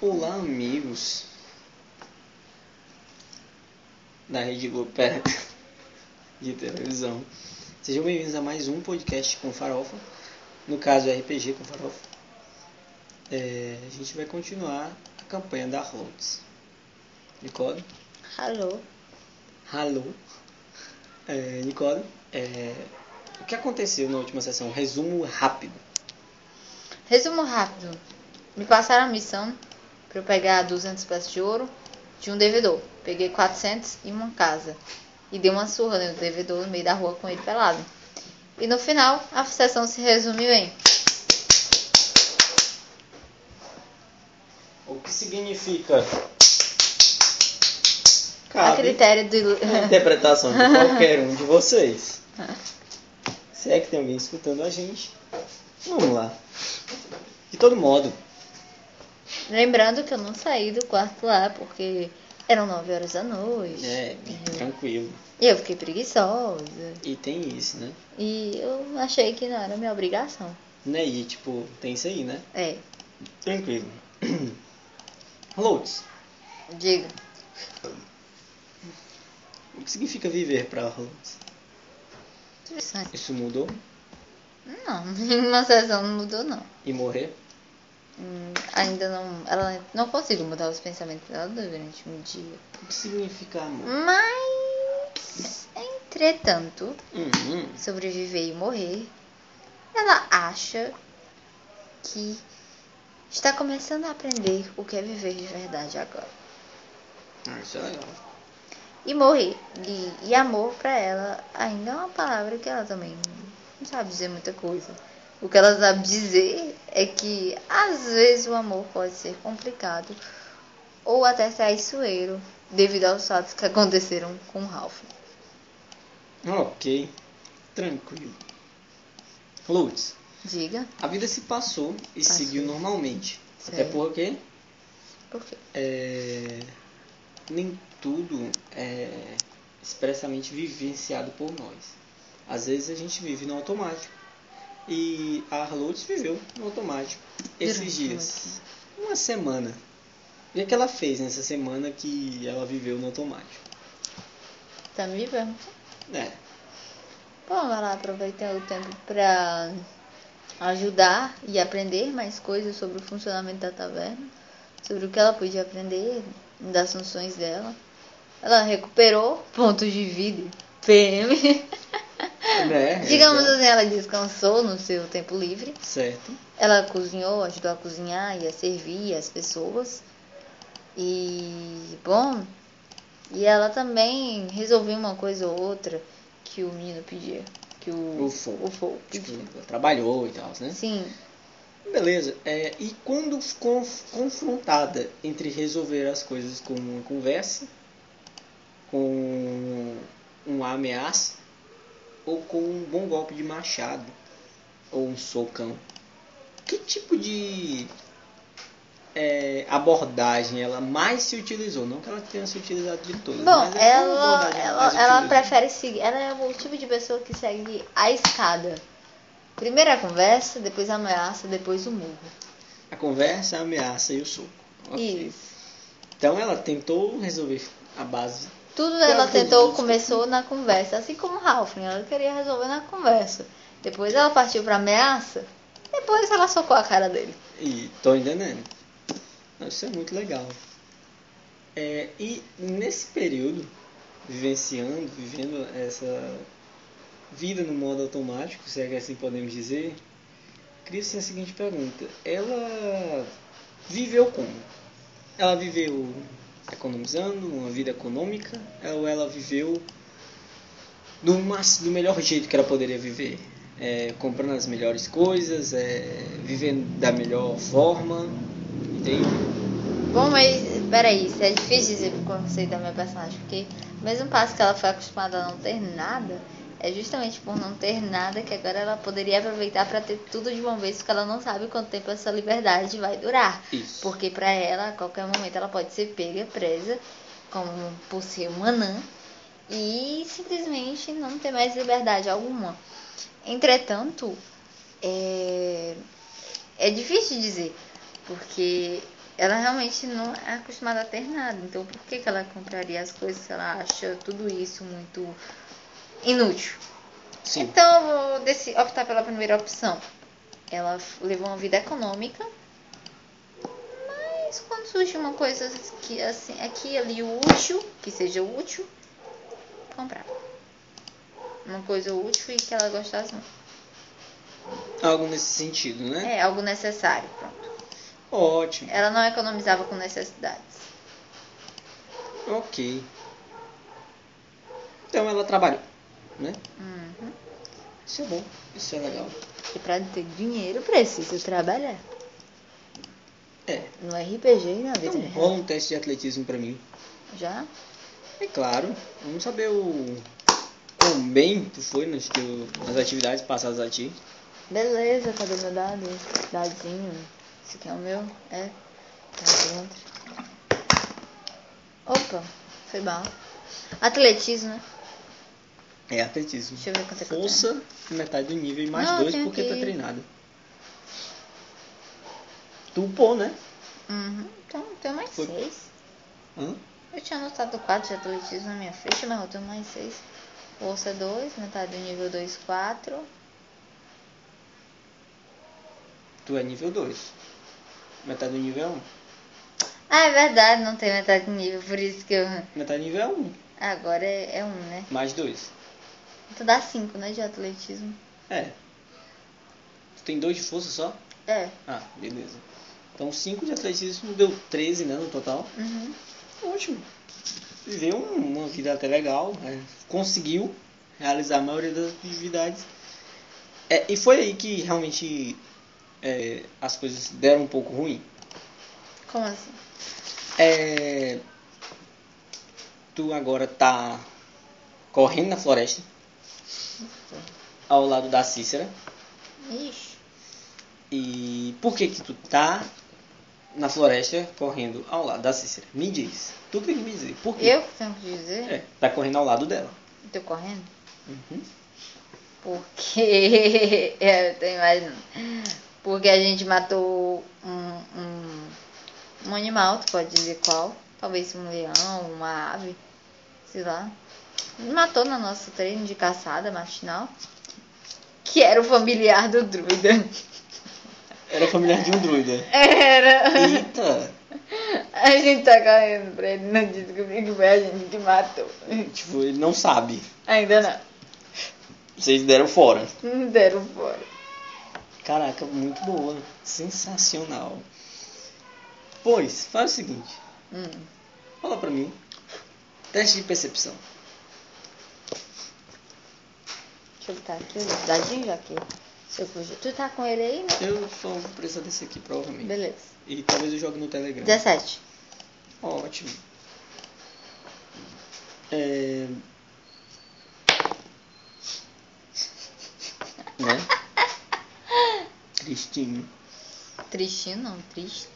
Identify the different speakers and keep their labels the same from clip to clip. Speaker 1: Olá, amigos da Rede Globo pera, de televisão. Sejam bem-vindos a mais um podcast com farofa. No caso, RPG com farofa. É, a gente vai continuar a campanha da Rhodes. Nicole?
Speaker 2: Alô?
Speaker 1: Alô? É, Nicole, é, o que aconteceu na última sessão? Resumo rápido.
Speaker 2: Resumo rápido. Me passaram a missão para eu pegar 200 peças de ouro de um devedor. Peguei 400 e uma casa. E dei uma surra no devedor no meio da rua com ele pelado. E no final, a sessão se resumiu em...
Speaker 1: O que significa? Cabe
Speaker 2: A critério do...
Speaker 1: a interpretação de qualquer um de vocês. Se é que tem alguém escutando a gente, vamos lá. De todo modo,
Speaker 2: Lembrando que eu não saí do quarto lá porque eram 9 horas da noite.
Speaker 1: é tranquilo.
Speaker 2: E eu fiquei preguiçosa.
Speaker 1: E tem isso, né?
Speaker 2: E eu achei que não era minha obrigação.
Speaker 1: Né? E tipo, tem isso aí, né?
Speaker 2: É,
Speaker 1: Tranquilo. Loads.
Speaker 2: diga.
Speaker 1: O que significa viver pra Loads?
Speaker 2: Interessante.
Speaker 1: Isso mudou?
Speaker 2: Não, nenhuma sessão não mudou não.
Speaker 1: E morrer?
Speaker 2: Hum, ainda não. Ela não consigo mudar os pensamentos dela durante um dia.
Speaker 1: O que significa amor?
Speaker 2: Mas. Entretanto,
Speaker 1: Uhum.
Speaker 2: sobreviver e morrer, ela acha que está começando a aprender o que é viver de verdade agora.
Speaker 1: Ah, Isso é legal.
Speaker 2: E morrer. E, e amor pra ela ainda é uma palavra que ela também não sabe dizer muita coisa. O que ela sabe dizer é que às vezes o amor pode ser complicado ou até traiçoeiro devido aos fatos que aconteceram com o Ralph.
Speaker 1: Ok. Tranquilo. Loads.
Speaker 2: Diga
Speaker 1: A vida se passou e
Speaker 2: Passou.
Speaker 1: seguiu normalmente.
Speaker 2: Certo.
Speaker 1: Até porque
Speaker 2: por quê?
Speaker 1: é, nem tudo é expressamente vivenciado por nós. Às vezes a gente vive no automático. E a Lourdes viveu no automático esses
Speaker 2: Durante
Speaker 1: dias. Uma semana. E o que ela fez nessa semana que ela viveu no automático?
Speaker 2: Tá me perguntando?
Speaker 1: É,
Speaker 2: Bom, ela aproveitou o tempo pra ajudar e aprender mais coisas sobre o funcionamento da taverna, sobre o que ela podia aprender das funções dela. Ela recuperou pontos de vida, PM.
Speaker 1: né?
Speaker 2: Digamos
Speaker 1: Então,
Speaker 2: assim, ela descansou no seu tempo livre.
Speaker 1: Certo.
Speaker 2: Ela cozinhou, ajudou a cozinhar e a servir as pessoas. E bom, e ela também resolveu uma coisa ou outra que o menino pedia, que o
Speaker 1: O Fo.
Speaker 2: o Fo
Speaker 1: Tipo,
Speaker 2: pedia.
Speaker 1: ela trabalhou e tal, né?
Speaker 2: Sim,
Speaker 1: Beleza, é, e quando conf- confrontada entre resolver as coisas com uma conversa, com uma ameaça, ou com um bom golpe de machado, ou um socão, que tipo de é, abordagem ela mais se utilizou? Não que ela tenha se utilizado de todas,
Speaker 2: Bom,
Speaker 1: mas é qual
Speaker 2: ela,
Speaker 1: abordagem mais
Speaker 2: ela, ela
Speaker 1: utilizou?
Speaker 2: prefere seguir. Ela é o tipo de pessoa que segue a escada. Primeiro a conversa, depois a ameaça, depois o murro.
Speaker 1: A conversa, a ameaça e o soco. Ok.
Speaker 2: Isso.
Speaker 1: Então ela tentou resolver a base
Speaker 2: Tudo
Speaker 1: Pra
Speaker 2: ela
Speaker 1: tudo,
Speaker 2: tentou,
Speaker 1: isso.
Speaker 2: começou na conversa, assim como o Ralph, né? ela queria resolver na conversa. Depois ela partiu pra ameaça, depois ela socou a cara dele.
Speaker 1: E tô entendendo. Não, Isso é muito legal. É, e nesse período, vivenciando, vivendo essa vida no modo automático, se é que assim podemos dizer, cria-se a seguinte pergunta. Ela viveu como? Ela viveu economizando, uma vida econômica, ou ela viveu do, mas- do melhor jeito que ela poderia viver. É, comprando as melhores coisas, é, vivendo da melhor forma, entende?
Speaker 2: Bom, mas peraí, isso é difícil dizer o conceito da minha personagem, porque mesmo um passo que ela foi acostumada a não ter nada, é justamente por não ter nada que agora ela poderia aproveitar pra ter tudo de uma vez, porque ela não sabe quanto tempo essa liberdade vai durar.
Speaker 1: Isso.
Speaker 2: Porque pra ela, a qualquer momento, ela pode ser pega, presa, como por ser uma anã, e simplesmente não ter mais liberdade alguma. Entretanto, é, é difícil dizer, porque Ela realmente não é acostumada a ter nada. Então por que, que ela compraria as coisas se ela acha tudo isso muito inútil?
Speaker 1: Sim.
Speaker 2: Então eu vou deci- optar pela primeira opção. Ela f- levou uma vida econômica, mas quando surge uma coisa que assim, aqui e ali útil, que seja útil, comprar. Uma coisa útil e que ela gostasse muito.
Speaker 1: Algo nesse sentido, né?
Speaker 2: É algo necessário, pronto.
Speaker 1: Ótimo.
Speaker 2: Ela não economizava com necessidades.
Speaker 1: Ok. Então ela trabalhou, né?
Speaker 2: Uhum.
Speaker 1: Isso é bom, isso é legal.
Speaker 2: E pra ter dinheiro precisa trabalhar.
Speaker 1: É.
Speaker 2: No RPG e na vida é.
Speaker 1: Então
Speaker 2: real.
Speaker 1: rola um teste de atletismo pra mim.
Speaker 2: Já?
Speaker 1: É claro. Vamos saber o quão bem tu foi nas, teu- nas atividades passadas a ti.
Speaker 2: Beleza, cadê meu dado? Dadinho. Esse aqui é o meu? É. Tá dentro. Opa, foi bom. Atletismo, né?
Speaker 1: É atletismo.
Speaker 2: Deixa eu ver quanto é que eu
Speaker 1: Força, metade do nível e mais
Speaker 2: Não, eu
Speaker 1: dois
Speaker 2: tenho
Speaker 1: porque tá
Speaker 2: aqui.
Speaker 1: treinada. Tu pô, né?
Speaker 2: tenho. Uhum. Então, eu tenho mais
Speaker 1: Foi.
Speaker 2: seis.
Speaker 1: Hã?
Speaker 2: Eu tinha anotado quatro de atletismo na minha ficha, mas eu tenho mais seis. Força 2, metade do nível 2, 4.
Speaker 1: Tu é nível 2. Metade do nível é 1. Um.
Speaker 2: Ah, é verdade, não tem metade do nível, por isso que eu...
Speaker 1: Metade do nível é 1. Um.
Speaker 2: Agora é, é um, né?
Speaker 1: Mais 2.
Speaker 2: Então dá cinco, né, de atletismo.
Speaker 1: É. Tu tem 2 de força só?
Speaker 2: É.
Speaker 1: Ah, beleza. Então 5 de atletismo deu 13, né, no total.
Speaker 2: Uhum.
Speaker 1: Ótimo. Viveu um- uma vida até legal. né? Conseguiu realizar a maioria das atividades. É, e foi aí que realmente é, as coisas deram um pouco ruim.
Speaker 2: Como assim?
Speaker 1: É, tu agora tá correndo na floresta. Ao lado da Cícera.
Speaker 2: Ixi.
Speaker 1: E por que que tu tá na floresta correndo ao lado da Cícera? Me diz. Tu tem que me dizer. Por quê?
Speaker 2: Eu que tenho que dizer?
Speaker 1: É, tá correndo ao lado dela.
Speaker 2: Eu Tô correndo?
Speaker 1: Uhum.
Speaker 2: Porque. é, eu tô imaginando. Porque a gente matou um, um, um animal, tu pode dizer qual? Talvez um leão, uma ave, sei lá. Matou no nosso treino de caçada matinal. Que era o familiar do druida.
Speaker 1: Era familiar de um druida.
Speaker 2: Era.
Speaker 1: Eita!
Speaker 2: A gente tá correndo pra ele não descobrir que foi a gente que matou.
Speaker 1: Tipo, ele não sabe.
Speaker 2: Ainda não.
Speaker 1: Vocês deram fora.
Speaker 2: Não deram fora.
Speaker 1: Caraca, muito boa. Sensacional. Pois, faz o seguinte.
Speaker 2: Hum.
Speaker 1: Fala pra mim. Teste de percepção.
Speaker 2: Deixa eu botar aqui o dadinho já aqui. Se eu fugir. Tu tá com ele aí, né?
Speaker 1: Eu só vou precisar desse aqui, provavelmente.
Speaker 2: Beleza.
Speaker 1: E talvez eu jogue no Telegram.
Speaker 2: 17.
Speaker 1: Ótimo. É... Né? Tristinho.
Speaker 2: Tristinho não, Tristão.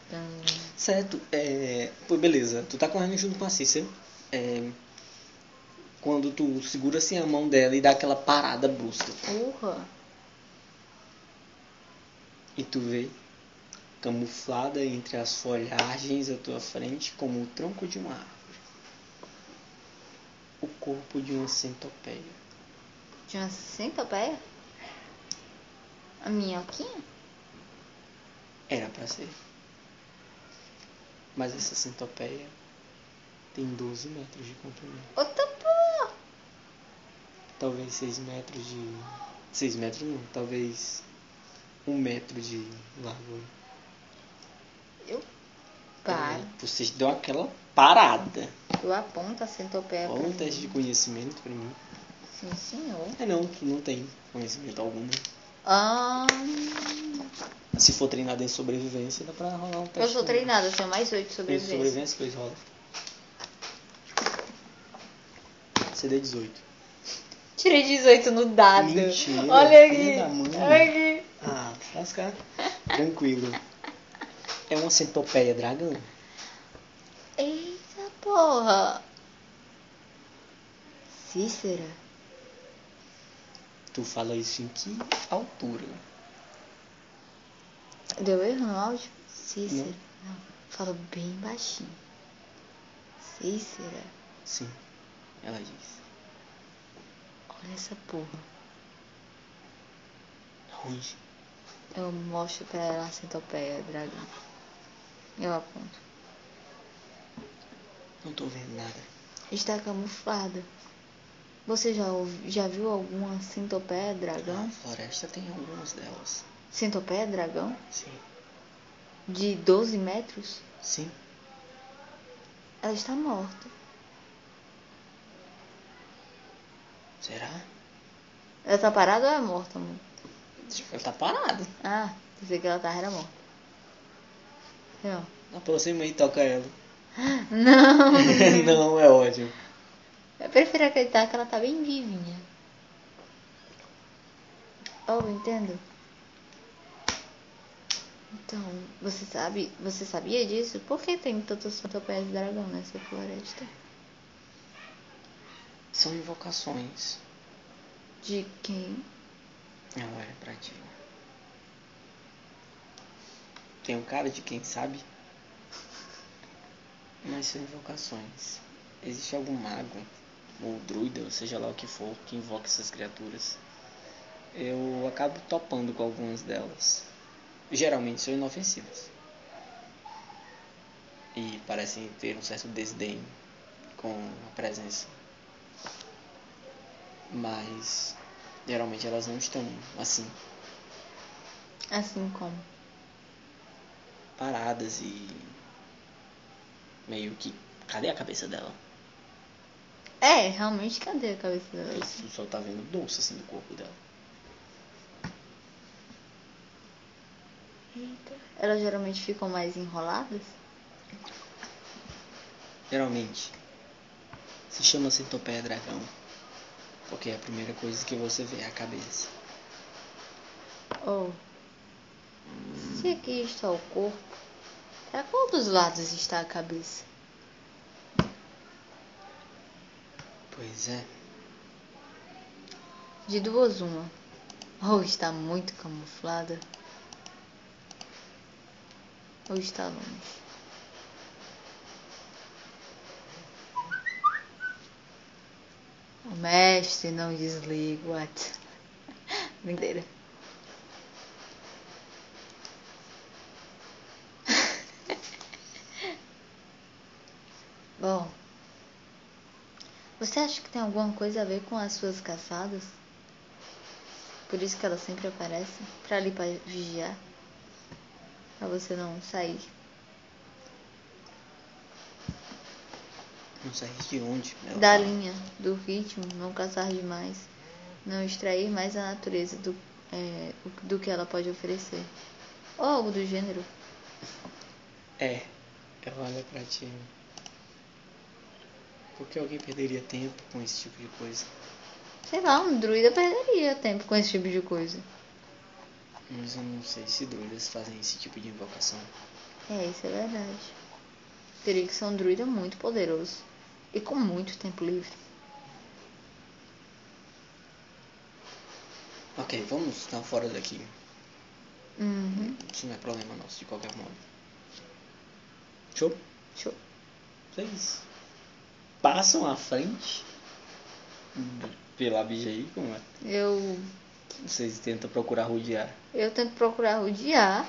Speaker 1: Certo, é... Pô, beleza. Tu tá correndo junto com a Cícera. É... Quando tu segura assim a mão dela e dá aquela parada brusca.
Speaker 2: Porra.
Speaker 1: E tu vê, camuflada entre as folhagens à tua frente, como o tronco de uma árvore, o corpo de uma centopeia.
Speaker 2: Tinha uma centopeia? A minhoquinha?
Speaker 1: Era pra ser. Mas essa centopeia tem 12 metros de comprimento.
Speaker 2: Outra porra.
Speaker 1: Talvez 6 metros de. 6 metros não, talvez 1 metro de largura.
Speaker 2: Eu paro.
Speaker 1: Então, Vocês deu aquela parada.
Speaker 2: Eu aponto a centopeia
Speaker 1: Rola
Speaker 2: É pra
Speaker 1: um
Speaker 2: mim.
Speaker 1: teste de conhecimento pra mim.
Speaker 2: Sim, senhor.
Speaker 1: É não, tu não tem conhecimento algum. né?
Speaker 2: Ah,
Speaker 1: Se for treinado em sobrevivência, dá pra rolar um teste.
Speaker 2: eu sou
Speaker 1: também.
Speaker 2: treinada, eu tenho mais 8
Speaker 1: Em
Speaker 2: sobrevivência.
Speaker 1: sobrevivência, pois rola. CD 18.
Speaker 2: Tirei 18 no dado.
Speaker 1: Mentira,
Speaker 2: Olha
Speaker 1: filha da
Speaker 2: aqui.
Speaker 1: mãe.
Speaker 2: Olha aqui.
Speaker 1: Ah, lascar. Tranquilo. É uma centopeia dragão?
Speaker 2: Eita porra! Cícera?
Speaker 1: Tu fala isso em que altura?
Speaker 2: Deu erro no áudio? Cícera. Não. Fala bem baixinho. Cícera,
Speaker 1: Sim, ela diz.
Speaker 2: olha essa porra.
Speaker 1: Ruge.
Speaker 2: Eu mostro pra ela a centopeia, dragão. Eu aponto.
Speaker 1: Não tô vendo nada.
Speaker 2: Está camuflada. Você já, ouvi- já viu alguma centopeia,
Speaker 1: Na
Speaker 2: dragão?
Speaker 1: floresta tem algumas delas.
Speaker 2: Centopeia, dragão?
Speaker 1: Sim.
Speaker 2: De 12 metros?
Speaker 1: Sim.
Speaker 2: Ela está morta.
Speaker 1: Será?
Speaker 2: Ela tá parada ou é morta, amor?
Speaker 1: Ela tá parada.
Speaker 2: Ah, pensei que ela tava era morta. Não.
Speaker 1: Aproxima aí e toca ela.
Speaker 2: Não.
Speaker 1: não, é ótimo.
Speaker 2: Eu prefiro acreditar que ela tá bem vivinha. Oh, entendo. Então, você sabe, você sabia disso? Por que tem tantos fantopés de dragão nessa floresta?
Speaker 1: São invocações.
Speaker 2: De quem?
Speaker 1: Ela olha é pra ti. Tem um cara de quem sabe? Mas são invocações. Existe algum mago, ou druida, ou seja lá o que for, que invoca essas criaturas. Eu acabo topando com algumas delas. Geralmente são inofensivas. E parecem ter um certo desdém com a presença. Mas geralmente elas não estão assim
Speaker 2: Assim como.
Speaker 1: paradas e meio que cadê a cabeça dela?
Speaker 2: É, realmente, cadê a cabeça dela?
Speaker 1: Você só tá vendo doce assim do corpo dela.
Speaker 2: Eita. Elas geralmente ficam mais enroladas?
Speaker 1: Geralmente se chama centopeia dragão porque é a primeira coisa que você vê é a cabeça.
Speaker 2: Oh. Se aqui está o corpo, para qual dos lados está a cabeça?
Speaker 1: Pois é,
Speaker 2: De duas, uma. Ou está muito camuflada, ou está longe. O mestre não desliga o WhatsApp. Brincadeira. Bom, você acha que tem alguma coisa a ver com as suas caçadas? Por isso que ela sempre aparece pra lhe pa- vigiar. Pra você não sair.
Speaker 1: não sei de onde. né? ela
Speaker 2: Da
Speaker 1: fala.
Speaker 2: linha, do ritmo, não caçar demais. Não extrair mais a natureza do, é, o- do que ela pode oferecer. Ou algo do gênero.
Speaker 1: É, ela olha pra ti. Por que alguém perderia tempo com esse tipo de coisa?
Speaker 2: Sei lá, um druida perderia tempo com esse tipo de coisa.
Speaker 1: Mas eu não sei se druidas fazem esse tipo de invocação.
Speaker 2: É, isso é verdade. Teria que ser um druida muito poderoso. E com muito tempo livre.
Speaker 1: Ok, vamos dar fora daqui.
Speaker 2: Uhum.
Speaker 1: Isso não é problema nosso, de qualquer modo. Show?
Speaker 2: Show.
Speaker 1: Vocês passam à frente pela bija aí, como é?
Speaker 2: Eu
Speaker 1: Vocês tentam procurar rodear.
Speaker 2: Eu tento procurar rodear,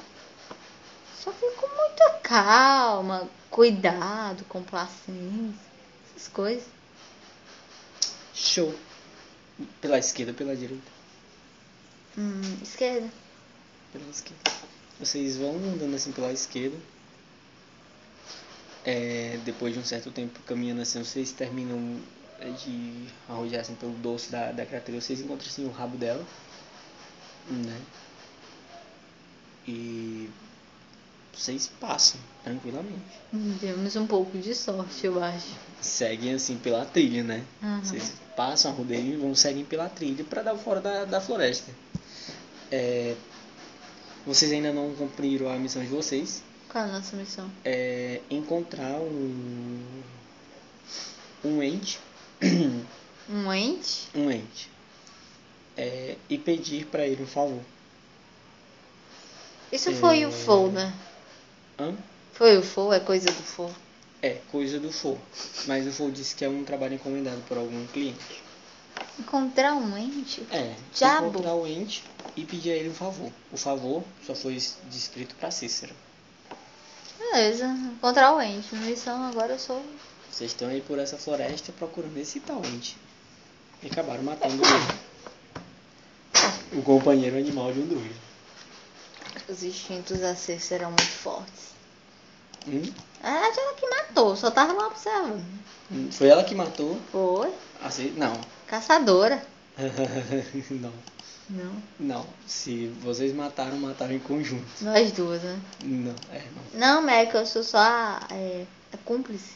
Speaker 2: só que com muita calma, cuidado, complacência, essas coisas.
Speaker 1: Show. Pela esquerda ou pela direita?
Speaker 2: Hum, esquerda.
Speaker 1: Pela esquerda. Vocês vão andando assim pela esquerda. É, depois de um certo tempo caminhando assim, vocês terminam é, de arrojar assim pelo doce da, da criatura. Vocês encontram assim o rabo dela. Né? E vocês passam tranquilamente.
Speaker 2: Hum, Tivemos um pouco de sorte, eu acho.
Speaker 1: seguem assim pela trilha, né?
Speaker 2: Uhum.
Speaker 1: Vocês passam a rodeio e vão seguem pela trilha para dar fora da, da floresta. É, vocês ainda não cumpriram a missão de vocês,
Speaker 2: Qual é a nossa missão?
Speaker 1: é encontrar um um ente,
Speaker 2: Um ente?
Speaker 1: um ente, é, e pedir para ele um favor.
Speaker 2: Isso foi né?
Speaker 1: É.
Speaker 2: o Folda.
Speaker 1: Hã?
Speaker 2: Foi Foi o fogo, é coisa do fogo.
Speaker 1: É, coisa do Fo. Mas o Fo disse que é um trabalho encomendado por algum cliente.
Speaker 2: Encontrar um ente?
Speaker 1: É,
Speaker 2: Diabo.
Speaker 1: encontrar o ente e pedir a ele um favor. O favor só foi descrito para Cícero.
Speaker 2: Beleza, encontrar o ente. Missão, agora eu sou.
Speaker 1: Vocês estão aí por essa floresta procurando esse tal ente. E acabaram matando ele. O companheiro animal de um druida.
Speaker 2: Os instintos a ser serão muito fortes.
Speaker 1: Hum?
Speaker 2: Na verdade, ela Ah, que matou, só tava lá observando.
Speaker 1: Hum, Foi ela que matou
Speaker 2: Foi.
Speaker 1: a Cí- Não.
Speaker 2: Caçadora.
Speaker 1: não.
Speaker 2: Não.
Speaker 1: Não. Se vocês mataram, mataram em conjunto.
Speaker 2: Nós duas, né?
Speaker 1: Não, é, não.
Speaker 2: Não, Mérica, eu sou só a, é, a cúmplice.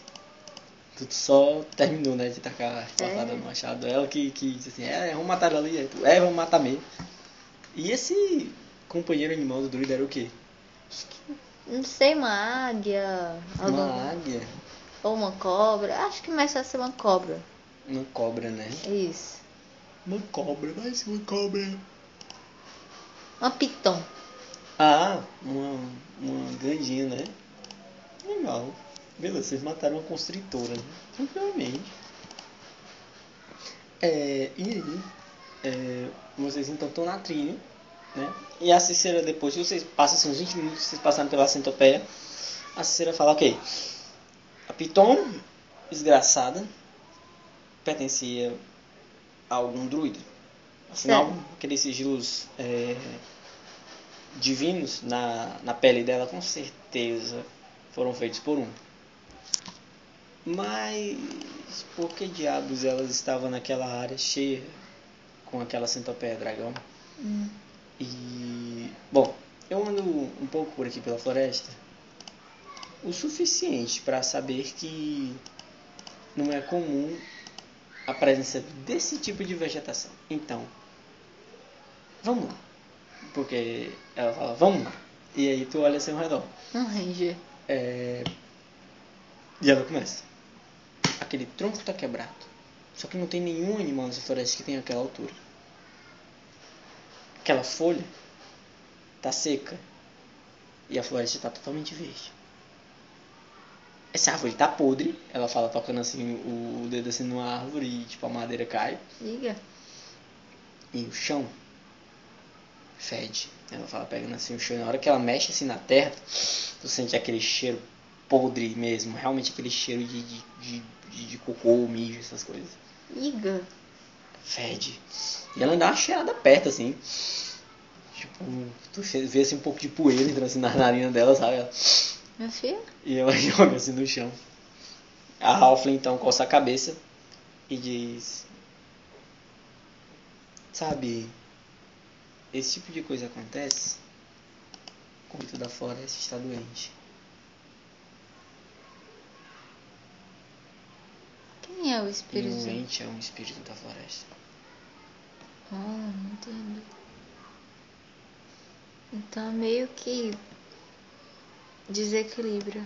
Speaker 1: Tu só terminou, né, de tacar a patada
Speaker 2: É.
Speaker 1: no machado. Ela que, que disse assim, é, vamos matar ali. Aí tu, é, vamos matar mesmo. E esse companheiro animal do druida era o quê?
Speaker 2: Não sei, uma águia.
Speaker 1: Uma
Speaker 2: algodão,
Speaker 1: águia.
Speaker 2: Ou uma cobra. Acho que mais fácil ser uma cobra.
Speaker 1: Uma cobra, né?
Speaker 2: É Isso.
Speaker 1: Uma cobra, mais uma cobra.
Speaker 2: Uma piton.
Speaker 1: Ah, uma, uma gandinha, né? Legal. Beleza, vocês mataram uma constritora, né? Tranquilamente. É, e aí, é, vocês então estão na trilha, né? E a Cicera, depois que vocês passam assim, uns 20 minutos, vocês passaram pela centopeia, a Cicera fala, ok, a Piton, desgraçada, pertencia a algum druida. Afinal,
Speaker 2: Certo.
Speaker 1: aqueles sigilos é, divinos na, na pele dela, com certeza, foram feitos por um. Mas por que diabos elas estavam naquela área cheia com aquela centopeia dragão?
Speaker 2: Hum.
Speaker 1: E. Bom, eu ando um pouco por aqui pela floresta o suficiente para saber que não é comum a presença desse tipo de vegetação. Então, vamos lá. Porque ela fala, vamos lá. E aí tu olha assim ao redor.
Speaker 2: Um ranger.
Speaker 1: É... E ela começa. Aquele tronco tá quebrado. Só que não tem nenhum animal nessa floresta que tenha aquela altura. Aquela folha tá seca. E a floresta tá totalmente verde. Essa árvore tá podre. Ela fala tocando assim o o dedo assim numa árvore e tipo a madeira cai.
Speaker 2: Diga.
Speaker 1: E o chão fede. Ela fala pegando assim o chão. Na hora que ela mexe assim na terra, tu sente aquele cheiro podre mesmo. Realmente aquele cheiro de, de, de, de, de cocô, mijo, essas coisas.
Speaker 2: Diga.
Speaker 1: Fede. E ela dá uma cheirada perto assim. Tipo, tu che- vê assim um pouco de poeira entrando assim na narina dela, sabe? Ela-
Speaker 2: Meu filho?
Speaker 1: E ela joga assim no chão. A Ralph então coça a cabeça e diz: Sabe, esse tipo de coisa acontece quando toda a floresta está doente.
Speaker 2: Quem é o
Speaker 1: E
Speaker 2: espírito?
Speaker 1: o ente é um espírito da floresta.
Speaker 2: Ah, não entendo. Então meio que desequilibra.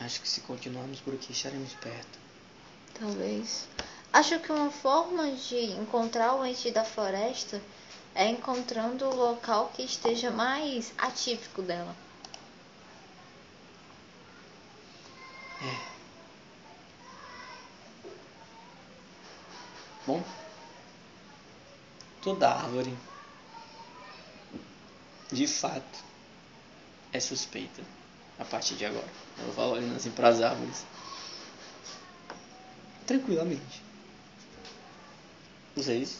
Speaker 1: Acho que se continuarmos por aqui estaremos perto.
Speaker 2: Talvez. Acho que uma forma de encontrar o ente da floresta é encontrando o local que esteja mais atípico dela.
Speaker 1: Bom, toda árvore, de fato, é suspeita a partir de agora. Ela vai olhando assim para as árvores. Tranquilamente. Vocês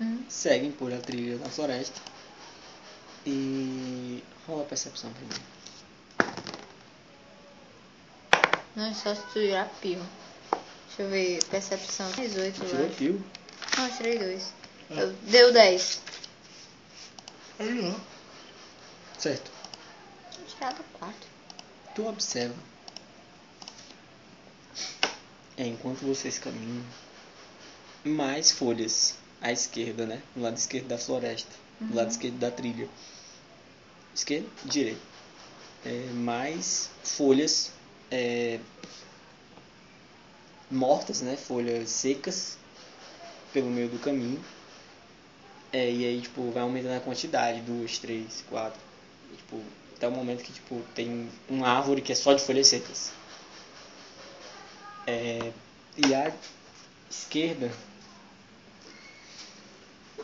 Speaker 2: Hum?
Speaker 1: seguem por a trilha da floresta e rola a percepção primeiro.
Speaker 2: Não é só se tu tirar pio. Deixa eu ver, percepção. 18, eu
Speaker 1: Tirou
Speaker 2: acho.
Speaker 1: fio?
Speaker 2: Não, eu tirei 2. Deu 10.
Speaker 1: Certo.
Speaker 2: Tinha tirado 4.
Speaker 1: Tu observa. É, enquanto vocês caminham, mais folhas à esquerda, né? No lado esquerdo da floresta, no lado esquerdo da trilha. Esquerda? Direita. É, mais folhas é, mortas, né? Folhas secas pelo meio do caminho. É, e aí, tipo, vai aumentando a quantidade, duas, três, quatro. E, tipo, até o momento que, tipo, tem uma árvore que é só de folhas secas. É, e à esquerda,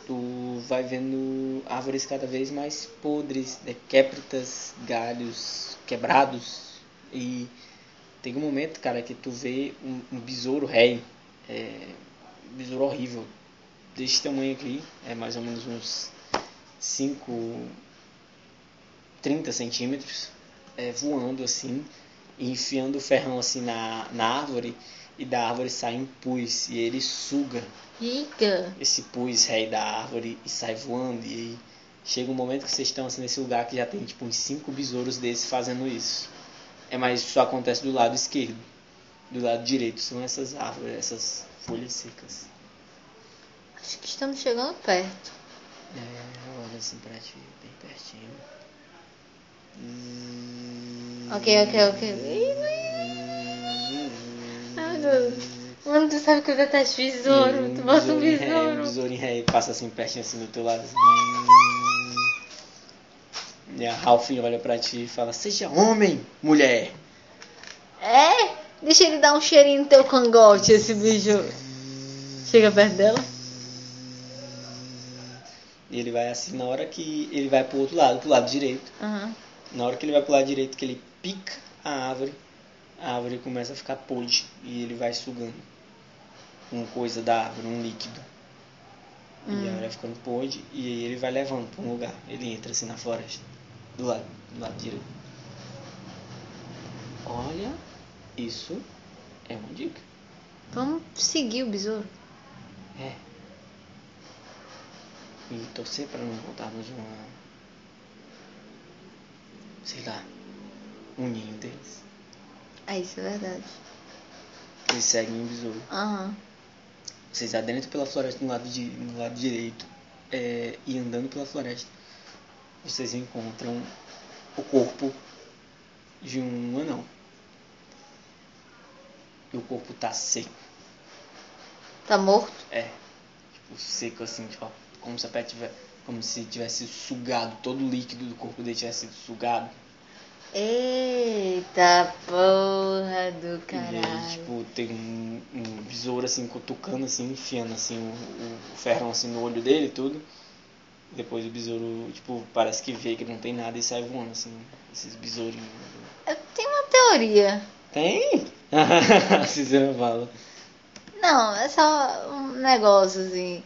Speaker 1: tu vai vendo árvores cada vez mais podres, decrépitas, galhos quebrados. E tem um momento, cara, que tu vê um, um besouro rei, é, um besouro horrível, desse tamanho aqui, é mais ou menos uns 5, 30 centímetros, é, voando assim, e enfiando o ferrão assim na, na árvore, e da árvore sai um pus, e ele suga
Speaker 2: Rica.
Speaker 1: esse pus rei da árvore e sai voando, e aí chega um momento que vocês estão assim nesse lugar que já tem tipo uns 5 besouros desses fazendo isso. É, mas isso acontece do lado esquerdo. Do lado direito são essas árvores, essas folhas secas.
Speaker 2: Acho que estamos chegando perto.
Speaker 1: É, olha assim pra ti, bem pertinho. Hum.
Speaker 2: Ok, ok, ok. Ai, meu Deus. Mano, tu sabe que eu detesto
Speaker 1: Hum,
Speaker 2: besouro. Tu bota um
Speaker 1: Um
Speaker 2: besouro.
Speaker 1: besouro em ré, passa assim pertinho assim do teu lado. assim. E a Ralph olha pra ti e fala, seja homem, mulher.
Speaker 2: É? Deixa ele dar um cheirinho no teu cangote, esse besouro. Chega perto dela.
Speaker 1: E ele vai assim, na hora que ele vai pro outro lado, pro lado direito.
Speaker 2: Aham.
Speaker 1: Na hora que ele vai pro lado direito, que ele pica a árvore, a árvore começa a ficar podre e ele vai sugando uma coisa da árvore, um líquido. E a árvore vai ficando podre e aí ele vai levando pra um lugar. Ele entra assim na floresta, do lado, do lado direito. Olha, isso é uma dica.
Speaker 2: Vamos seguir o besouro.
Speaker 1: É. E torcer pra não voltarmos uma. Sei lá. Um ninho deles.
Speaker 2: É isso, é verdade.
Speaker 1: Eles seguem o besouro.
Speaker 2: Aham.
Speaker 1: Vocês adentram pela floresta no lado, di no lado direito é, e andando pela floresta, vocês encontram o corpo de um anão. E o corpo tá seco,
Speaker 2: Tá morto?
Speaker 1: é. Tipo, seco assim, tipo, como se a pele tivesse. Como se tivesse sugado, todo o líquido do corpo dele tivesse sido sugado.
Speaker 2: Eita porra do
Speaker 1: E aí,
Speaker 2: caralho.
Speaker 1: tipo, tem um, um besouro assim, cutucando assim, enfiando assim o, o- o ferrão assim no olho dele e tudo. Depois o besouro, tipo, parece que vê que não tem nada e sai voando, assim, esses besourinhos.
Speaker 2: Eu tenho uma teoria.
Speaker 1: Tem? Cícero fala.
Speaker 2: Não, é só um negócio assim.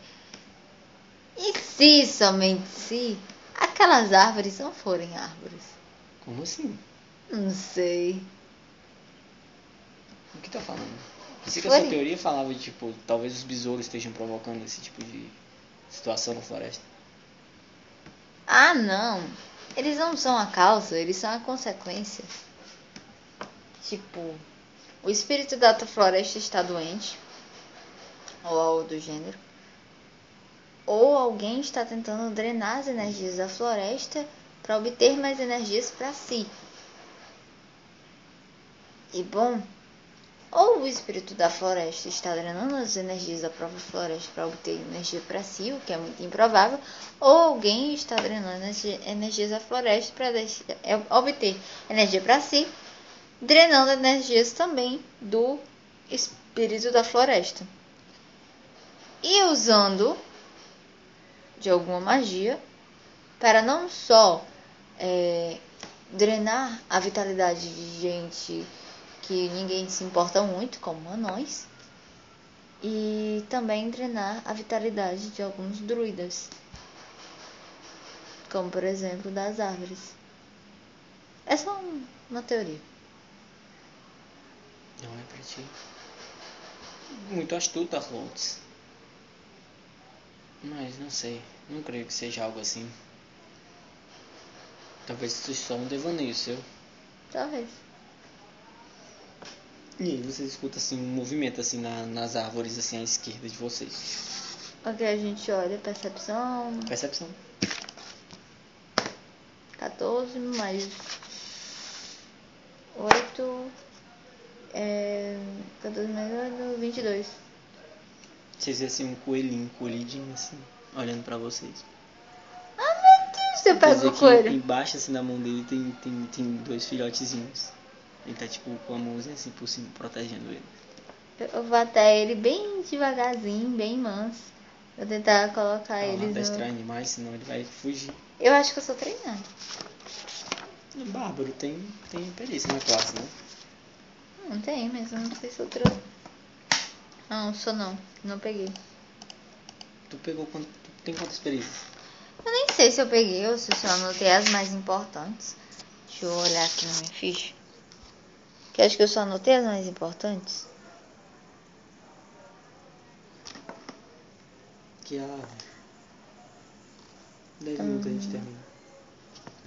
Speaker 2: E se, somente se, aquelas árvores não forem árvores?
Speaker 1: Como assim?
Speaker 2: Não sei.
Speaker 1: O que tá falando? Pensei que
Speaker 2: Foi.
Speaker 1: essa teoria falava de, tipo, talvez os besouros estejam provocando esse tipo de situação na floresta.
Speaker 2: Ah, não. Eles não são a causa, eles são a consequência. Tipo, o espírito da outra floresta está doente, ou algo do gênero, ou alguém está tentando drenar as energias da floresta para obter mais energias para si. E bom, ou o espírito da floresta está drenando as energias da própria floresta para obter energia para si, o que é muito improvável, ou alguém está drenando as energias da floresta para deixa- é, obter energia para si, drenando energias também do espírito da floresta. E usando de alguma magia para não só é, drenar a vitalidade de gente que ninguém se importa muito, como anões, e também drenar a vitalidade de alguns druidas, como por exemplo das árvores. É só um- uma teoria.
Speaker 1: Não é pra ti. Muito astuta, Holtz. Mas não sei. Não creio que seja algo assim. Talvez isso só um devaneio seu.
Speaker 2: Talvez.
Speaker 1: E aí você escuta assim um movimento assim na- nas árvores assim à esquerda de vocês.
Speaker 2: Ok, a gente olha percepção
Speaker 1: Percepção.
Speaker 2: 14 mais 8. É, 14 mais 8, 22.
Speaker 1: Vocês vê assim um coelhinho colidinho assim. olhando pra vocês.
Speaker 2: Isso eu pego
Speaker 1: Quer dizer
Speaker 2: o Tá coelho.
Speaker 1: Que embaixo, assim, na mão dele tem, tem, tem dois filhotezinhos. Ele tá, tipo, com a mãozinha assim por cima, protegendo ele.
Speaker 2: Eu vou até ele bem devagarzinho, bem manso. Vou tentar colocar
Speaker 1: Pra não
Speaker 2: Ah, eles
Speaker 1: adestrar
Speaker 2: no...
Speaker 1: animais, senão ele vai fugir.
Speaker 2: Eu acho que eu sou treinada.
Speaker 1: O Bárbaro tem, tem perícia na classe, né?
Speaker 2: Não tem, mas eu não sei se eu trou. Não, sou não. Não peguei.
Speaker 1: Tu pegou quant- Tu tem quantas perícias?
Speaker 2: Eu nem sei se eu peguei ou se eu só anotei as mais importantes. Deixa eu olhar aqui na minha ficha. Que eu acho que eu só anotei as mais importantes.
Speaker 1: Que a. 10 minutos a gente termina.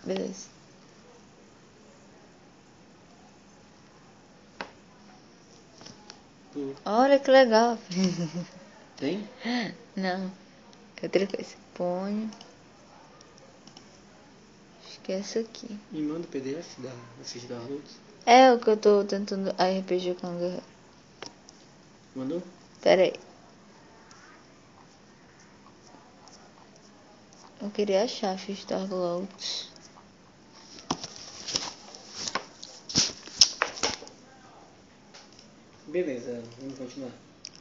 Speaker 2: Beleza.
Speaker 1: Tu
Speaker 2: Olha que legal.
Speaker 1: tem?
Speaker 2: Não. É outra coisa. Põe. Acho que é essa aqui.
Speaker 1: Me manda o PDF da, da ficha da Rhodes.
Speaker 2: É o que eu tô tentando a RPG com o guerreiro.
Speaker 1: Mandou?
Speaker 2: Pera aí. Eu queria achar a ficha da Globes.
Speaker 1: Beleza, vamos continuar.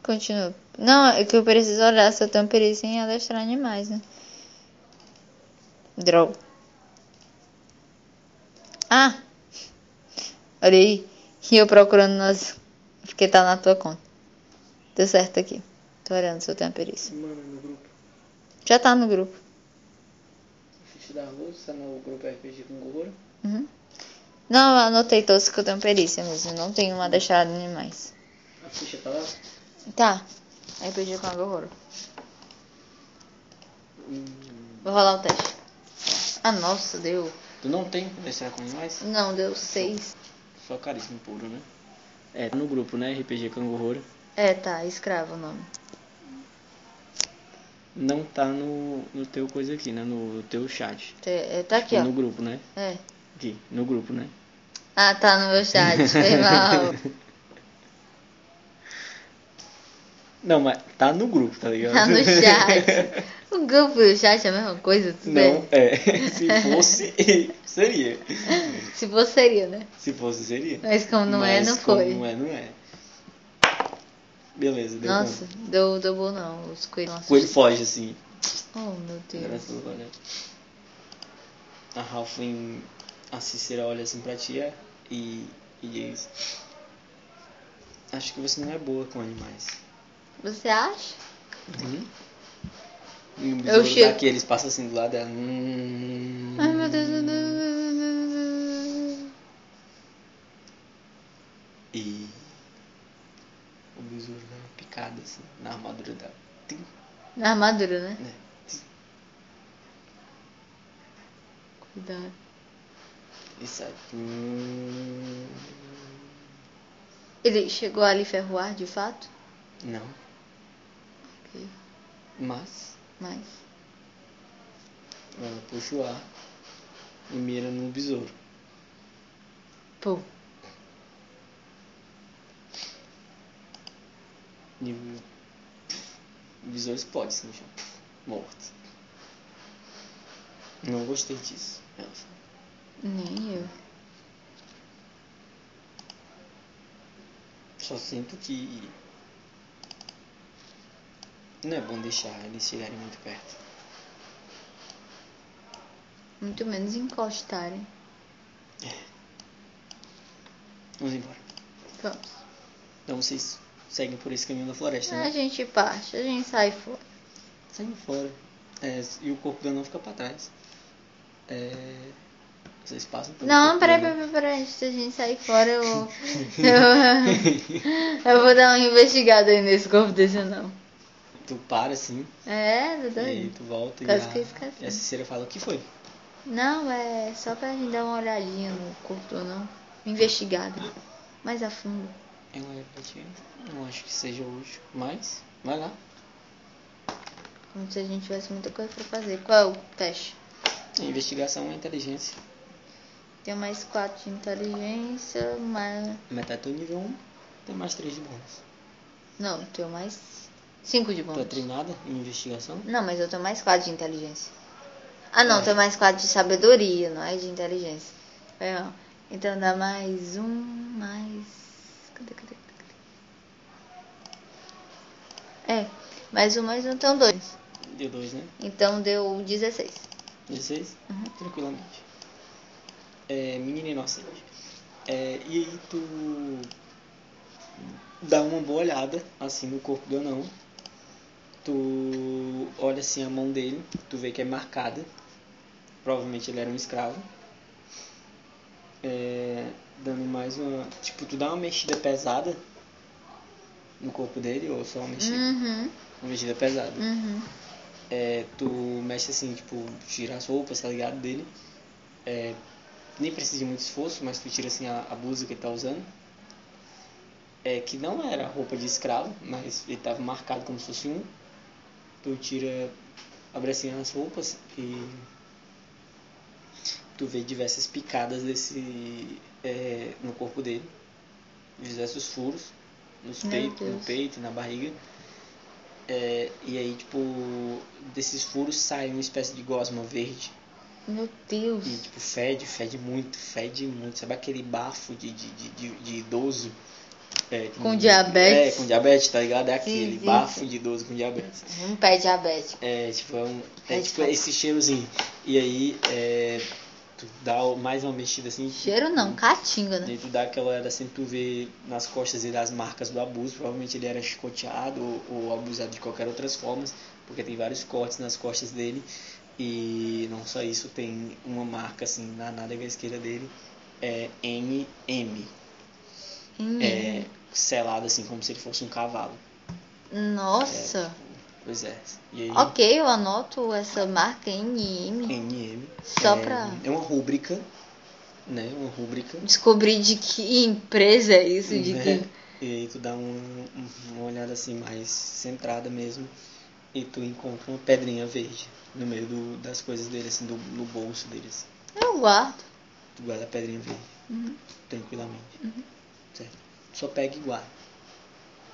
Speaker 2: Continua. Não, é que eu preciso olhar se eu tenho perícia em adestrar animais, né? Droga. Ah! Olha aí. E eu procurando nas. Porque tá na tua conta. Deu certo aqui. Tô olhando se eu tenho a perícia.
Speaker 1: Me manda no grupo.
Speaker 2: Já tá no grupo.
Speaker 1: A ficha da Rhodes tá no grupo RPG com Gogoro.
Speaker 2: Uhum. Não, eu anotei todos que eu tenho perícia mesmo. eu Não tenho uma deixada animais.
Speaker 1: A ficha tá lá.
Speaker 2: Tá. RPG com agorro.
Speaker 1: Hum,
Speaker 2: Vou rolar o teste. Ah, nossa, deu.
Speaker 1: tu não tem é conversar com animais?
Speaker 2: Não, deu seis.
Speaker 1: Só caríssimo puro, né? É, tá no grupo, né? RPG Cangorro.
Speaker 2: É, tá. Escravo o nome.
Speaker 1: Não tá no, no teu coisa aqui, né? No, teu chat.
Speaker 2: Te- é, Tá aqui,
Speaker 1: No
Speaker 2: ó.
Speaker 1: grupo, né?
Speaker 2: É.
Speaker 1: Aqui, no grupo, né?
Speaker 2: Ah, tá no meu chat. Foi mal.
Speaker 1: Não, mas tá no grupo, tá ligado?
Speaker 2: Tá no chat. O grupo e o chat é a mesma coisa, tudo
Speaker 1: Não,
Speaker 2: bem?
Speaker 1: é. Se fosse, seria.
Speaker 2: Se fosse, seria, né?
Speaker 1: Se fosse, seria.
Speaker 2: Mas como não é,
Speaker 1: Mas
Speaker 2: não
Speaker 1: como
Speaker 2: foi.
Speaker 1: Não é, não é. Beleza, deu
Speaker 2: Nossa,
Speaker 1: bom.
Speaker 2: deu, deu bom não. Os coelhos. não
Speaker 1: Coelho foge, assim.
Speaker 2: assustam. Oh, meu Deus.
Speaker 1: Graças a Deus, né? A Halfling, a Cícera olha assim pra tia e, e diz: Acho que você não é boa com animais.
Speaker 2: Você acha?
Speaker 1: Uhum. E um o
Speaker 2: Eu
Speaker 1: besouro
Speaker 2: chego.
Speaker 1: daqui, eles passam assim do lado dela. Hum.
Speaker 2: Ai, meu Deus, meu Deus, meu Deus, meu Deus.
Speaker 1: E o besouro dá uma picada assim na armadura dela. Tim,
Speaker 2: Na armadura, né?
Speaker 1: né? Tim.
Speaker 2: Cuidado.
Speaker 1: E sai. Hum.
Speaker 2: Ele chegou ali ferroar, de fato?
Speaker 1: Não,
Speaker 2: Ok.
Speaker 1: mas
Speaker 2: Mas.
Speaker 1: ela puxa o ar e mira no besouro.
Speaker 2: Pô.
Speaker 1: E o o besouro explode assim no chão. Morto. Não gostei disso. Ela fala.
Speaker 2: Nem eu.
Speaker 1: Só sinto que. Não é bom deixar eles chegarem muito perto.
Speaker 2: Muito menos encostarem.
Speaker 1: Vamos embora.
Speaker 2: Vamos.
Speaker 1: Então vocês seguem por esse caminho da floresta,
Speaker 2: A
Speaker 1: né?
Speaker 2: gente parte, a gente sai fora.
Speaker 1: Saindo fora. É, e o corpo dela não fica pra trás. É, vocês passam pelo
Speaker 2: Não,
Speaker 1: corpo
Speaker 2: peraí,
Speaker 1: dela.
Speaker 2: peraí, peraí. Antes da gente sair fora, eu. Eu, eu vou dar uma investigada aí nesse corpo desse não.
Speaker 1: Tu para assim,
Speaker 2: É, tá
Speaker 1: e aí
Speaker 2: doido?
Speaker 1: tu volta
Speaker 2: Quase que
Speaker 1: e
Speaker 2: eu
Speaker 1: a,
Speaker 2: esqueci.
Speaker 1: e a Cicera fala, o que foi?
Speaker 2: Não, é só pra gente dar uma olhadinha no corpo do não. Investigada. Mais a fundo.
Speaker 1: Eu olho pra ti, É não acho que seja útil, mas vai lá.
Speaker 2: Como se a gente tivesse muita coisa pra fazer. Qual é o teste?
Speaker 1: A investigação é inteligência.
Speaker 2: Tem mais 4 de inteligência, mais.
Speaker 1: um, Metade do nível 1, tem mais 3 de bônus.
Speaker 2: Não, tem mais Cinco de
Speaker 1: Tá
Speaker 2: bônus.
Speaker 1: treinada em investigação?
Speaker 2: Não, mas eu tenho mais quatro de inteligência. Ah,
Speaker 1: É.
Speaker 2: não, eu tenho mais quatro de sabedoria, não é de inteligência. É, ó. Então dá mais um, mais. Cadê, cadê, cadê? cadê? É, mais um, mais um, então dois.
Speaker 1: Deu dois, né?
Speaker 2: Então deu 16.
Speaker 1: 16?
Speaker 2: Uhum.
Speaker 1: Tranquilamente. É, menina inocente. É, e aí tu dá uma boa olhada assim no corpo do anão. Tu olha assim a mão dele, tu vê que é marcada. Provavelmente ele era um escravo. É, dando mais uma. Tipo, tu dá uma mexida pesada no corpo dele, ou só uma mexida,
Speaker 2: Uhum,
Speaker 1: uma mexida pesada.
Speaker 2: uhum.
Speaker 1: É, tu mexe assim, tipo, tira as roupas, tá ligado? Dele. É, nem precisa de muito esforço, mas tu tira assim a, a blusa que ele tá usando. É, que não era roupa de escravo, mas ele tava marcado como se fosse um. Tu tira, abre assim as roupas e tu vê diversas picadas desse, é, no corpo dele. Diversos furos, nos
Speaker 2: Meu
Speaker 1: peito, no
Speaker 2: Deus.
Speaker 1: peito e na barriga. É, e aí, tipo, desses furos sai uma espécie de gosma verde.
Speaker 2: Meu
Speaker 1: E,
Speaker 2: Deus.
Speaker 1: tipo, fede, fede muito, fede muito. Sabe aquele bafo de, de, de, de- de idoso? É, que-
Speaker 2: Com diabetes?
Speaker 1: É, com diabetes, tá ligado? É aquele
Speaker 2: Esquisito.
Speaker 1: bafo de idoso com diabetes.
Speaker 2: Um pé diabético.
Speaker 1: É, tipo, é, um, é,
Speaker 2: É
Speaker 1: tipo
Speaker 2: de-
Speaker 1: esse cheirozinho. E aí, é, tu dá mais uma mexida assim.
Speaker 2: Cheiro não, caatinga, né?
Speaker 1: E tu dá aquela olhada assim, tu vê nas costas dele as marcas do abuso. Provavelmente ele era chicoteado ou, ou abusado de qualquer outras formas, porque tem vários cortes nas costas dele. E não só isso, tem uma marca assim na nádega esquerda dele, é MM.
Speaker 2: Hum.
Speaker 1: É, selado assim, como se ele fosse um cavalo.
Speaker 2: Nossa.
Speaker 1: Pois é. E aí,
Speaker 2: Ok, eu anoto essa marca NM.
Speaker 1: MM.
Speaker 2: Só
Speaker 1: é,
Speaker 2: pra-
Speaker 1: É uma rúbrica, né? Uma rúbrica.
Speaker 2: Descobri de que empresa é isso, de
Speaker 1: né?
Speaker 2: que.
Speaker 1: E aí tu dá um- um- uma olhada assim mais centrada mesmo e tu encontra uma pedrinha verde no meio do- das coisas dele, assim, do, no bolso deles.
Speaker 2: Eu guardo.
Speaker 1: Tu guarda a pedrinha verde,
Speaker 2: Uhum.
Speaker 1: tranquilamente. Certo? Só pega e guarda.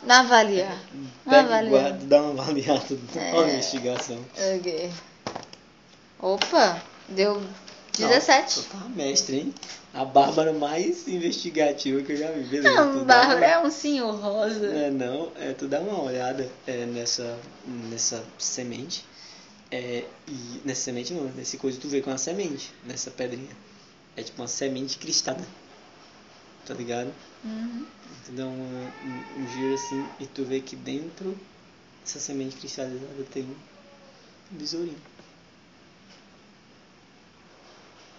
Speaker 2: Avaliar.
Speaker 1: Pega e
Speaker 2: avaliar.
Speaker 1: guarda, dá uma avaliada, dá uma
Speaker 2: Ah, É.
Speaker 1: investigação.
Speaker 2: Ok. Opa, deu
Speaker 1: Nossa,
Speaker 2: 17.
Speaker 1: tu tá mestre, hein? A Bárbara mais investigativa que eu já vi. Beleza, tu
Speaker 2: Não,
Speaker 1: dá
Speaker 2: Bárbara
Speaker 1: uma-
Speaker 2: é um senhor rosa.
Speaker 1: É, não, é, tu dá uma olhada é, nessa, nessa semente. É, e nessa semente não, nesse coisa tu vê com uma semente, nessa pedrinha. É tipo uma semente cristada. Tá ligado?
Speaker 2: Uhum.
Speaker 1: Tu dá uma- um, um giro assim e tu vê que dentro dessa semente cristalizada tem um besourinho.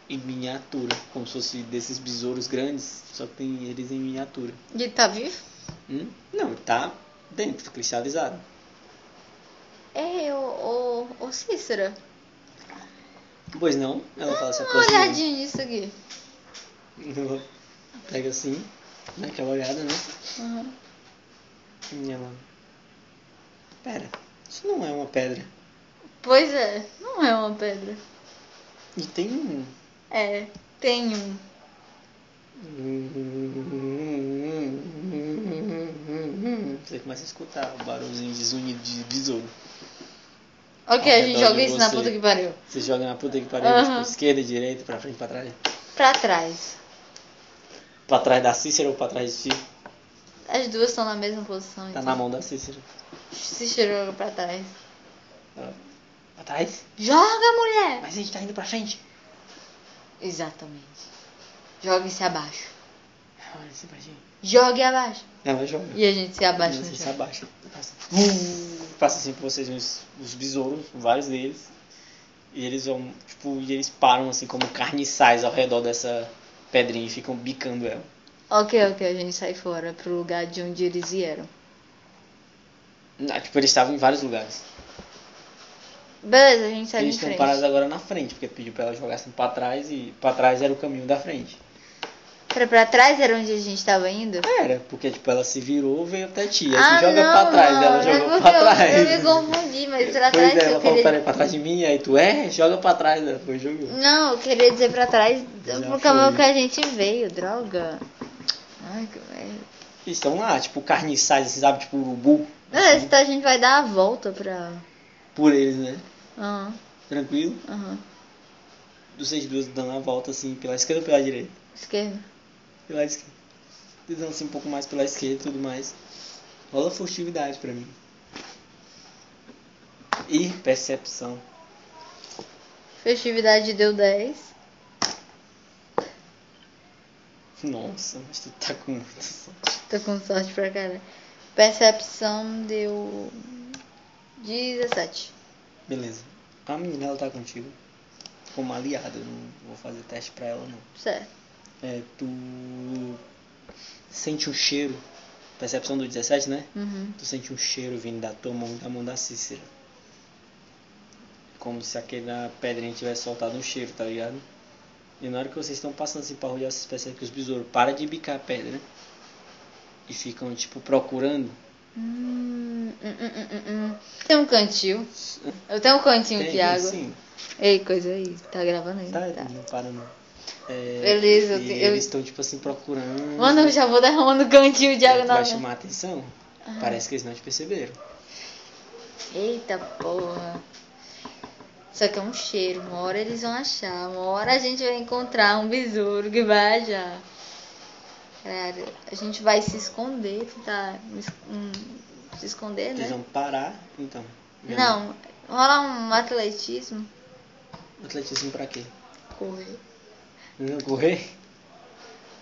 Speaker 1: Em miniatura, como se fosse desses besouros grandes, só que tem eles em miniatura.
Speaker 2: E tá vivo?
Speaker 1: Hum? Não, tá dentro, cristalizado.
Speaker 2: É, o, o, o Cícera.
Speaker 1: Pois não, ela fala se
Speaker 2: Dá uma
Speaker 1: aproxima.
Speaker 2: olhadinha nisso aqui.
Speaker 1: Ela pega assim, dá aquela olhada, né?
Speaker 2: Uhum.
Speaker 1: E ela. Pera, isso não é uma pedra.
Speaker 2: Pois é, não é uma pedra.
Speaker 1: E tem um.
Speaker 2: É, tem um.
Speaker 1: Você começa a escutar o barulhinho desunido de besouro.
Speaker 2: Ok,
Speaker 1: Ao
Speaker 2: a gente
Speaker 1: redor
Speaker 2: joga
Speaker 1: de
Speaker 2: isso na
Speaker 1: você.
Speaker 2: puta que pariu.
Speaker 1: Você joga na puta que pariu,
Speaker 2: Aham.
Speaker 1: tipo, esquerda, direita, pra frente, pra trás.
Speaker 2: Pra trás.
Speaker 1: Pra trás da Cícera ou pra trás de ti?
Speaker 2: As duas estão na mesma posição.
Speaker 1: Tá
Speaker 2: então.
Speaker 1: na mão da Cícera.
Speaker 2: Se joga pra trás.
Speaker 1: Ela, Pra trás?
Speaker 2: Joga, mulher!
Speaker 1: Mas a gente tá indo pra frente.
Speaker 2: Exatamente. Jogue-se abaixo.
Speaker 1: Olha assim esse baixinho.
Speaker 2: Jogue abaixo.
Speaker 1: Ela joga.
Speaker 2: E a gente se abaixa
Speaker 1: Você
Speaker 2: no
Speaker 1: se
Speaker 2: chão.
Speaker 1: abaixa. Passa, Vum, passa assim por vocês uns, os besouros, vários deles. E eles vão, tipo, e eles param assim como carniçais ao redor dessa pedrinha e ficam bicando ela.
Speaker 2: Ok, ok, a gente sai fora pro lugar de onde eles vieram.
Speaker 1: Ah, Tipo, eles estavam em vários lugares.
Speaker 2: Beleza, a gente sai
Speaker 1: eles
Speaker 2: Tá em frente.
Speaker 1: parados agora na frente, porque pediu pra ela jogar assim pra trás e pra trás era o caminho da frente.
Speaker 2: Pra, pra trás era onde a gente tava indo?
Speaker 1: Era, porque tipo, ela se virou, veio até ti. Aí tu
Speaker 2: ah,
Speaker 1: joga
Speaker 2: não,
Speaker 1: pra trás,
Speaker 2: mano,
Speaker 1: ela
Speaker 2: é
Speaker 1: jogou
Speaker 2: porque
Speaker 1: pra
Speaker 2: eu-
Speaker 1: trás.
Speaker 2: Eu me tá confundi, mas pra
Speaker 1: pois
Speaker 2: trás
Speaker 1: é,
Speaker 2: eu
Speaker 1: ela falou,
Speaker 2: queria...
Speaker 1: peraí, pra trás de mim, aí tu é, joga pra trás, ela foi e jogou.
Speaker 2: Não, eu queria dizer pra trás
Speaker 1: Já
Speaker 2: pro caminho
Speaker 1: foi.
Speaker 2: que a gente veio, droga. Ai, que merda.
Speaker 1: Eles estão lá, tipo, carniçais, assim, sabe? Tipo, urubu.
Speaker 2: Não,
Speaker 1: assim,
Speaker 2: então a gente vai dar a volta pra.
Speaker 1: Por eles, né?
Speaker 2: Aham,
Speaker 1: Tranquilo?
Speaker 2: aham.
Speaker 1: Vocês duas dando a volta assim, pela esquerda ou pela direita?
Speaker 2: Esquerda.
Speaker 1: Pela esquerda. Dando assim um pouco mais pela esquerda e tudo mais. Rola furtividade pra mim. E percepção.
Speaker 2: Festividade deu 10.
Speaker 1: Nossa, mas tu tá com muita sorte.
Speaker 2: Tô com sorte pra caralho. Percepção deu. 17.
Speaker 1: Beleza. A menina, ela tá contigo. Como aliada, eu não vou fazer teste pra ela, não.
Speaker 2: Certo.
Speaker 1: É, tu sente um cheiro. Percepção do 17, né?
Speaker 2: Uhum.
Speaker 1: Tu sente um cheiro vindo da tua mão, da mão da Cícera. É Como se aquela pedrinha tivesse soltado um cheiro, tá ligado? E na hora que vocês estão passando assim pra rua, vocês percebem que os besouros param de bicar a pedra. né? E ficam, tipo, procurando.
Speaker 2: Hum, hum, hum, hum, hum. Tem um cantinho. Eu tenho um cantinho
Speaker 1: Tem,
Speaker 2: de água.
Speaker 1: Sim,
Speaker 2: Ei, coisa aí. Tá gravando aí?
Speaker 1: É, assim, tá, não para não. É,
Speaker 2: Beleza, eu
Speaker 1: e
Speaker 2: te- eu- um
Speaker 1: eles estão, tipo assim, procurando.
Speaker 2: Mano, eu já vou derramando cantinho de água
Speaker 1: Tu
Speaker 2: na
Speaker 1: vai chamar a atenção? Parece que eles não te perceberam.
Speaker 2: Eita porra. Só que é um cheiro. Uma hora eles vão achar. Uma hora a gente vai encontrar um besouro que vai achar. Caralho, a gente vai se esconder, tentar me es- hum, se esconder,
Speaker 1: Eles
Speaker 2: né?
Speaker 1: vão parar, então.
Speaker 2: Não, rola um atletismo.
Speaker 1: Atletismo pra quê?
Speaker 2: Correr.
Speaker 1: Não correr?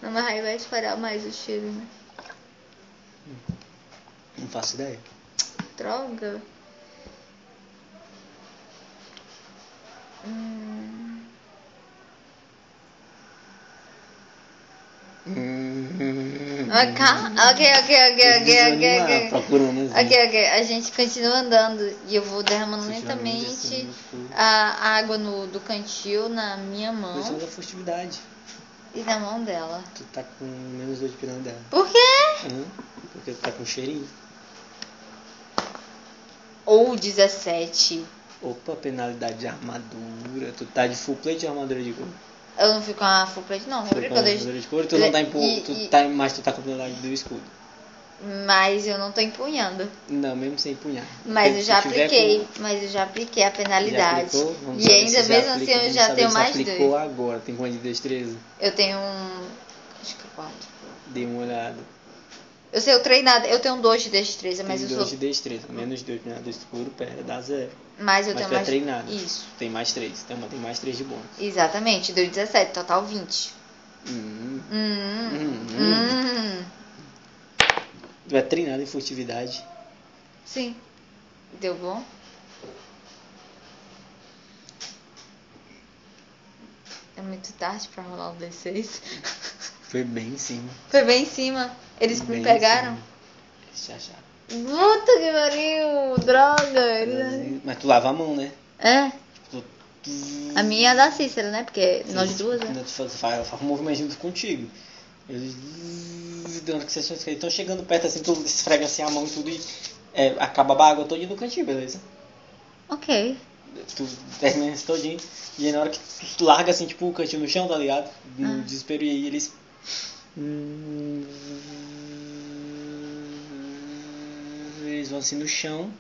Speaker 2: Não, mas aí vai espalhar mais o cheiro, né?
Speaker 1: Não faço ideia.
Speaker 2: Droga. Hum,
Speaker 1: Hum.
Speaker 2: ah, calma. Ok, ok, ok,
Speaker 1: Eles
Speaker 2: ok, ok,
Speaker 1: desanimam,
Speaker 2: ok.
Speaker 1: Procurando assim.
Speaker 2: Ok, ok. A gente continua andando e eu vou derramando
Speaker 1: Você tira a mão desse
Speaker 2: lentamente
Speaker 1: músculo.
Speaker 2: a água no, do cantil na minha mão
Speaker 1: Questão da é furtividade. é.
Speaker 2: e na mão dela.
Speaker 1: Tu tá com menos dois de piranha dela.
Speaker 2: Por quê?
Speaker 1: Hã? Porque tu tá com cheirinho.
Speaker 2: Ou 17.
Speaker 1: Opa, penalidade de armadura. Tu tá de full plate de armadura de couro.
Speaker 2: Eu não fico com a full plate, não. Lembra
Speaker 1: Tu tá
Speaker 2: quando
Speaker 1: com
Speaker 2: eu.
Speaker 1: armadura de couro, tu não tá em
Speaker 2: E-
Speaker 1: tu
Speaker 2: e-
Speaker 1: tá, mas tu tá com penalidade do escudo.
Speaker 2: Mas eu não tô empunhando.
Speaker 1: Não, mesmo sem punhar.
Speaker 2: Mas
Speaker 1: Porque
Speaker 2: eu
Speaker 1: se
Speaker 2: já
Speaker 1: tiver
Speaker 2: apliquei.
Speaker 1: com-
Speaker 2: Mas eu já apliquei a
Speaker 1: já
Speaker 2: penalidade.
Speaker 1: aplicou, vamos
Speaker 2: e
Speaker 1: saber
Speaker 2: ainda
Speaker 1: se
Speaker 2: mesmo assim
Speaker 1: aplica,
Speaker 2: eu
Speaker 1: vamos
Speaker 2: já
Speaker 1: saber
Speaker 2: tenho
Speaker 1: se
Speaker 2: mais
Speaker 1: aplicou
Speaker 2: dois.
Speaker 1: agora, tem quanto de destreza?
Speaker 2: Eu tenho um. Acho que quatro.
Speaker 1: Dei uma olhada.
Speaker 2: Eu sei, eu treinado. Eu tenho dois de destreza,
Speaker 1: Tem
Speaker 2: mas eu
Speaker 1: dois de
Speaker 2: sou.
Speaker 1: destreza, menos dois de do escuro, pera, dá zero.
Speaker 2: Mas eu
Speaker 1: Mas
Speaker 2: tenho
Speaker 1: tu é
Speaker 2: mais.
Speaker 1: treinado.
Speaker 2: Isso.
Speaker 1: Tem mais três, tem, uma, tem mais três de bônus.
Speaker 2: Exatamente, deu 17, total 20.
Speaker 1: Hum.
Speaker 2: Hum,
Speaker 1: Hum, hum.
Speaker 2: hum.
Speaker 1: Tu é treinado em furtividade.
Speaker 2: Sim. Deu bom? É muito tarde pra rolar o D6.
Speaker 1: Foi bem em cima.
Speaker 2: Foi bem em cima. Eles
Speaker 1: Bem
Speaker 2: me
Speaker 1: em
Speaker 2: pegaram.
Speaker 1: cima. Eles te acharam.
Speaker 2: Puta que pariu, droga. Eles...
Speaker 1: Mas, mas tu lava a mão, né?
Speaker 2: É,
Speaker 1: Tu, tu...
Speaker 2: a minha é da Cícera, né? Porque nós duas, né?
Speaker 1: Ainda Tu faz, faz, faz um movimento junto contigo. Eles... Na hora que vocês estão chegando perto, assim, tu esfrega assim a mão e tudo e é, acaba a água toda no cantinho, beleza?
Speaker 2: Ok.
Speaker 1: tu termina isso todinho, e aí na hora que tu larga assim, tipo, o cantinho no chão, tá ligado? No
Speaker 2: Ah.
Speaker 1: desespero, e aí eles. Eles vão assim no chão,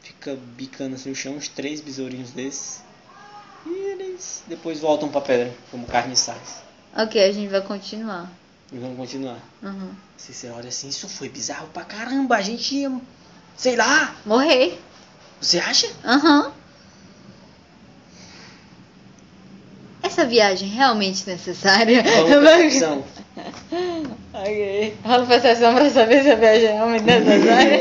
Speaker 1: fica bicando assim no chão, uns três besourinhos desses, e eles depois voltam pra pedra, como carniçais.
Speaker 2: Ok, a gente vai continuar.
Speaker 1: E vamos continuar.
Speaker 2: Uhum.
Speaker 1: Se você olha assim, isso foi bizarro pra caramba, a gente ia. Sei lá,
Speaker 2: Morrei.
Speaker 1: você acha?
Speaker 2: Aham. Essa viagem é realmente necessária?
Speaker 1: Vamos pra ficção.
Speaker 2: ok. Rola percepção pra saber se a viagem é realmente necessária.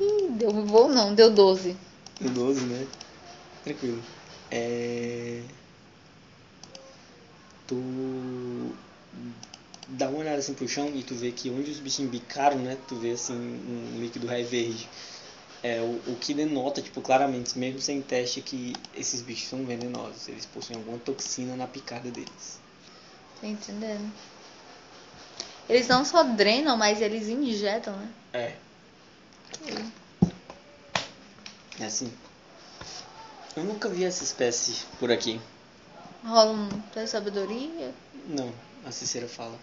Speaker 2: Ih, deu bom não, deu 12.
Speaker 1: No 12, né? Tranquilo. É. Tu. Dá uma olhada assim pro chão e tu vê que onde os bichinhos bicaram, né? Tu vê assim um líquido ré verde. É o, o que denota, tipo, claramente, mesmo sem teste, é que esses bichos são venenosos. Eles possuem alguma toxina na picada deles.
Speaker 2: Tá entendendo? Eles não só drenam, mas eles injetam, né?
Speaker 1: É. É assim. Eu nunca vi essa espécie por aqui.
Speaker 2: Rola um teste de sabedoria.
Speaker 1: Não, a Cicera fala.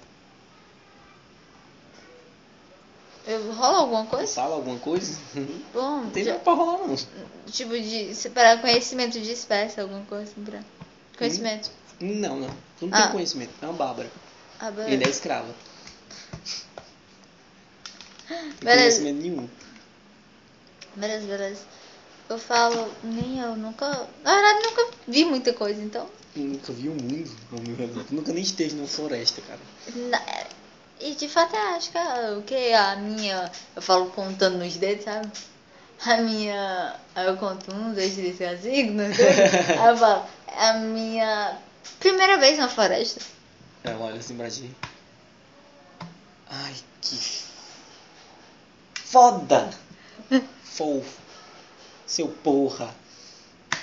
Speaker 2: Eu rola alguma coisa?
Speaker 1: Fala alguma coisa?
Speaker 2: Bom,
Speaker 1: Não tem
Speaker 2: já-
Speaker 1: nada pra rolar, não.
Speaker 2: tipo de separar conhecimento de espécie, alguma coisa assim pra... Conhecimento.
Speaker 1: Não, não. Tu não
Speaker 2: Ah.
Speaker 1: tem conhecimento. É uma bárbara.
Speaker 2: Ah,
Speaker 1: Ele é
Speaker 2: beleza.
Speaker 1: escrava. Não tem
Speaker 2: Beleza.
Speaker 1: conhecimento nenhum.
Speaker 2: Beleza, beleza. Eu falo, nem eu nunca. Na verdade, nunca vi muita coisa, então.
Speaker 1: Eu nunca vi o mundo ao meu redor. Tu nunca nem esteve numa floresta, cara.
Speaker 2: Na- E de fato, eu acho que a- o que a minha. Eu falo contando nos dedos, sabe? A minha. Aí eu conto um, dois, três, quatro, cinco, não sei. Aí eu falo, a minha primeira vez na floresta.
Speaker 1: Ela olha assim pra ti. Ai, que foda! Fofo. Seu porra.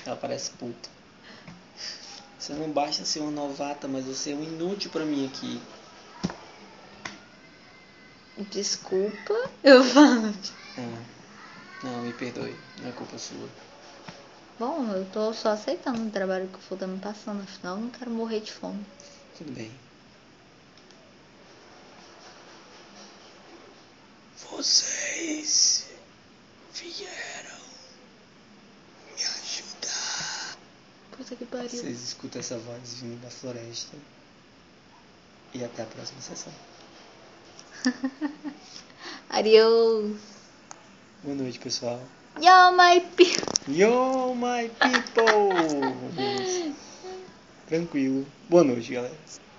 Speaker 1: Ela parece puta. Você não basta ser uma novata, mas você é um inútil pra mim aqui.
Speaker 2: Desculpa, eu falo.
Speaker 1: Ah, não, me perdoe. Não é culpa sua.
Speaker 2: Bom, eu tô só aceitando o trabalho que o foda me passando, afinal eu não quero morrer de fome.
Speaker 1: Tudo bem. Vocês vieram me ajudar.
Speaker 2: Puta que pariu.
Speaker 1: Vocês escutam essa voz vindo da floresta. E até a próxima sessão.
Speaker 2: Adeus.
Speaker 1: Boa noite, pessoal.
Speaker 2: Yo, my people.
Speaker 1: Yo, my people! Tranquilo. Boa noite, galera.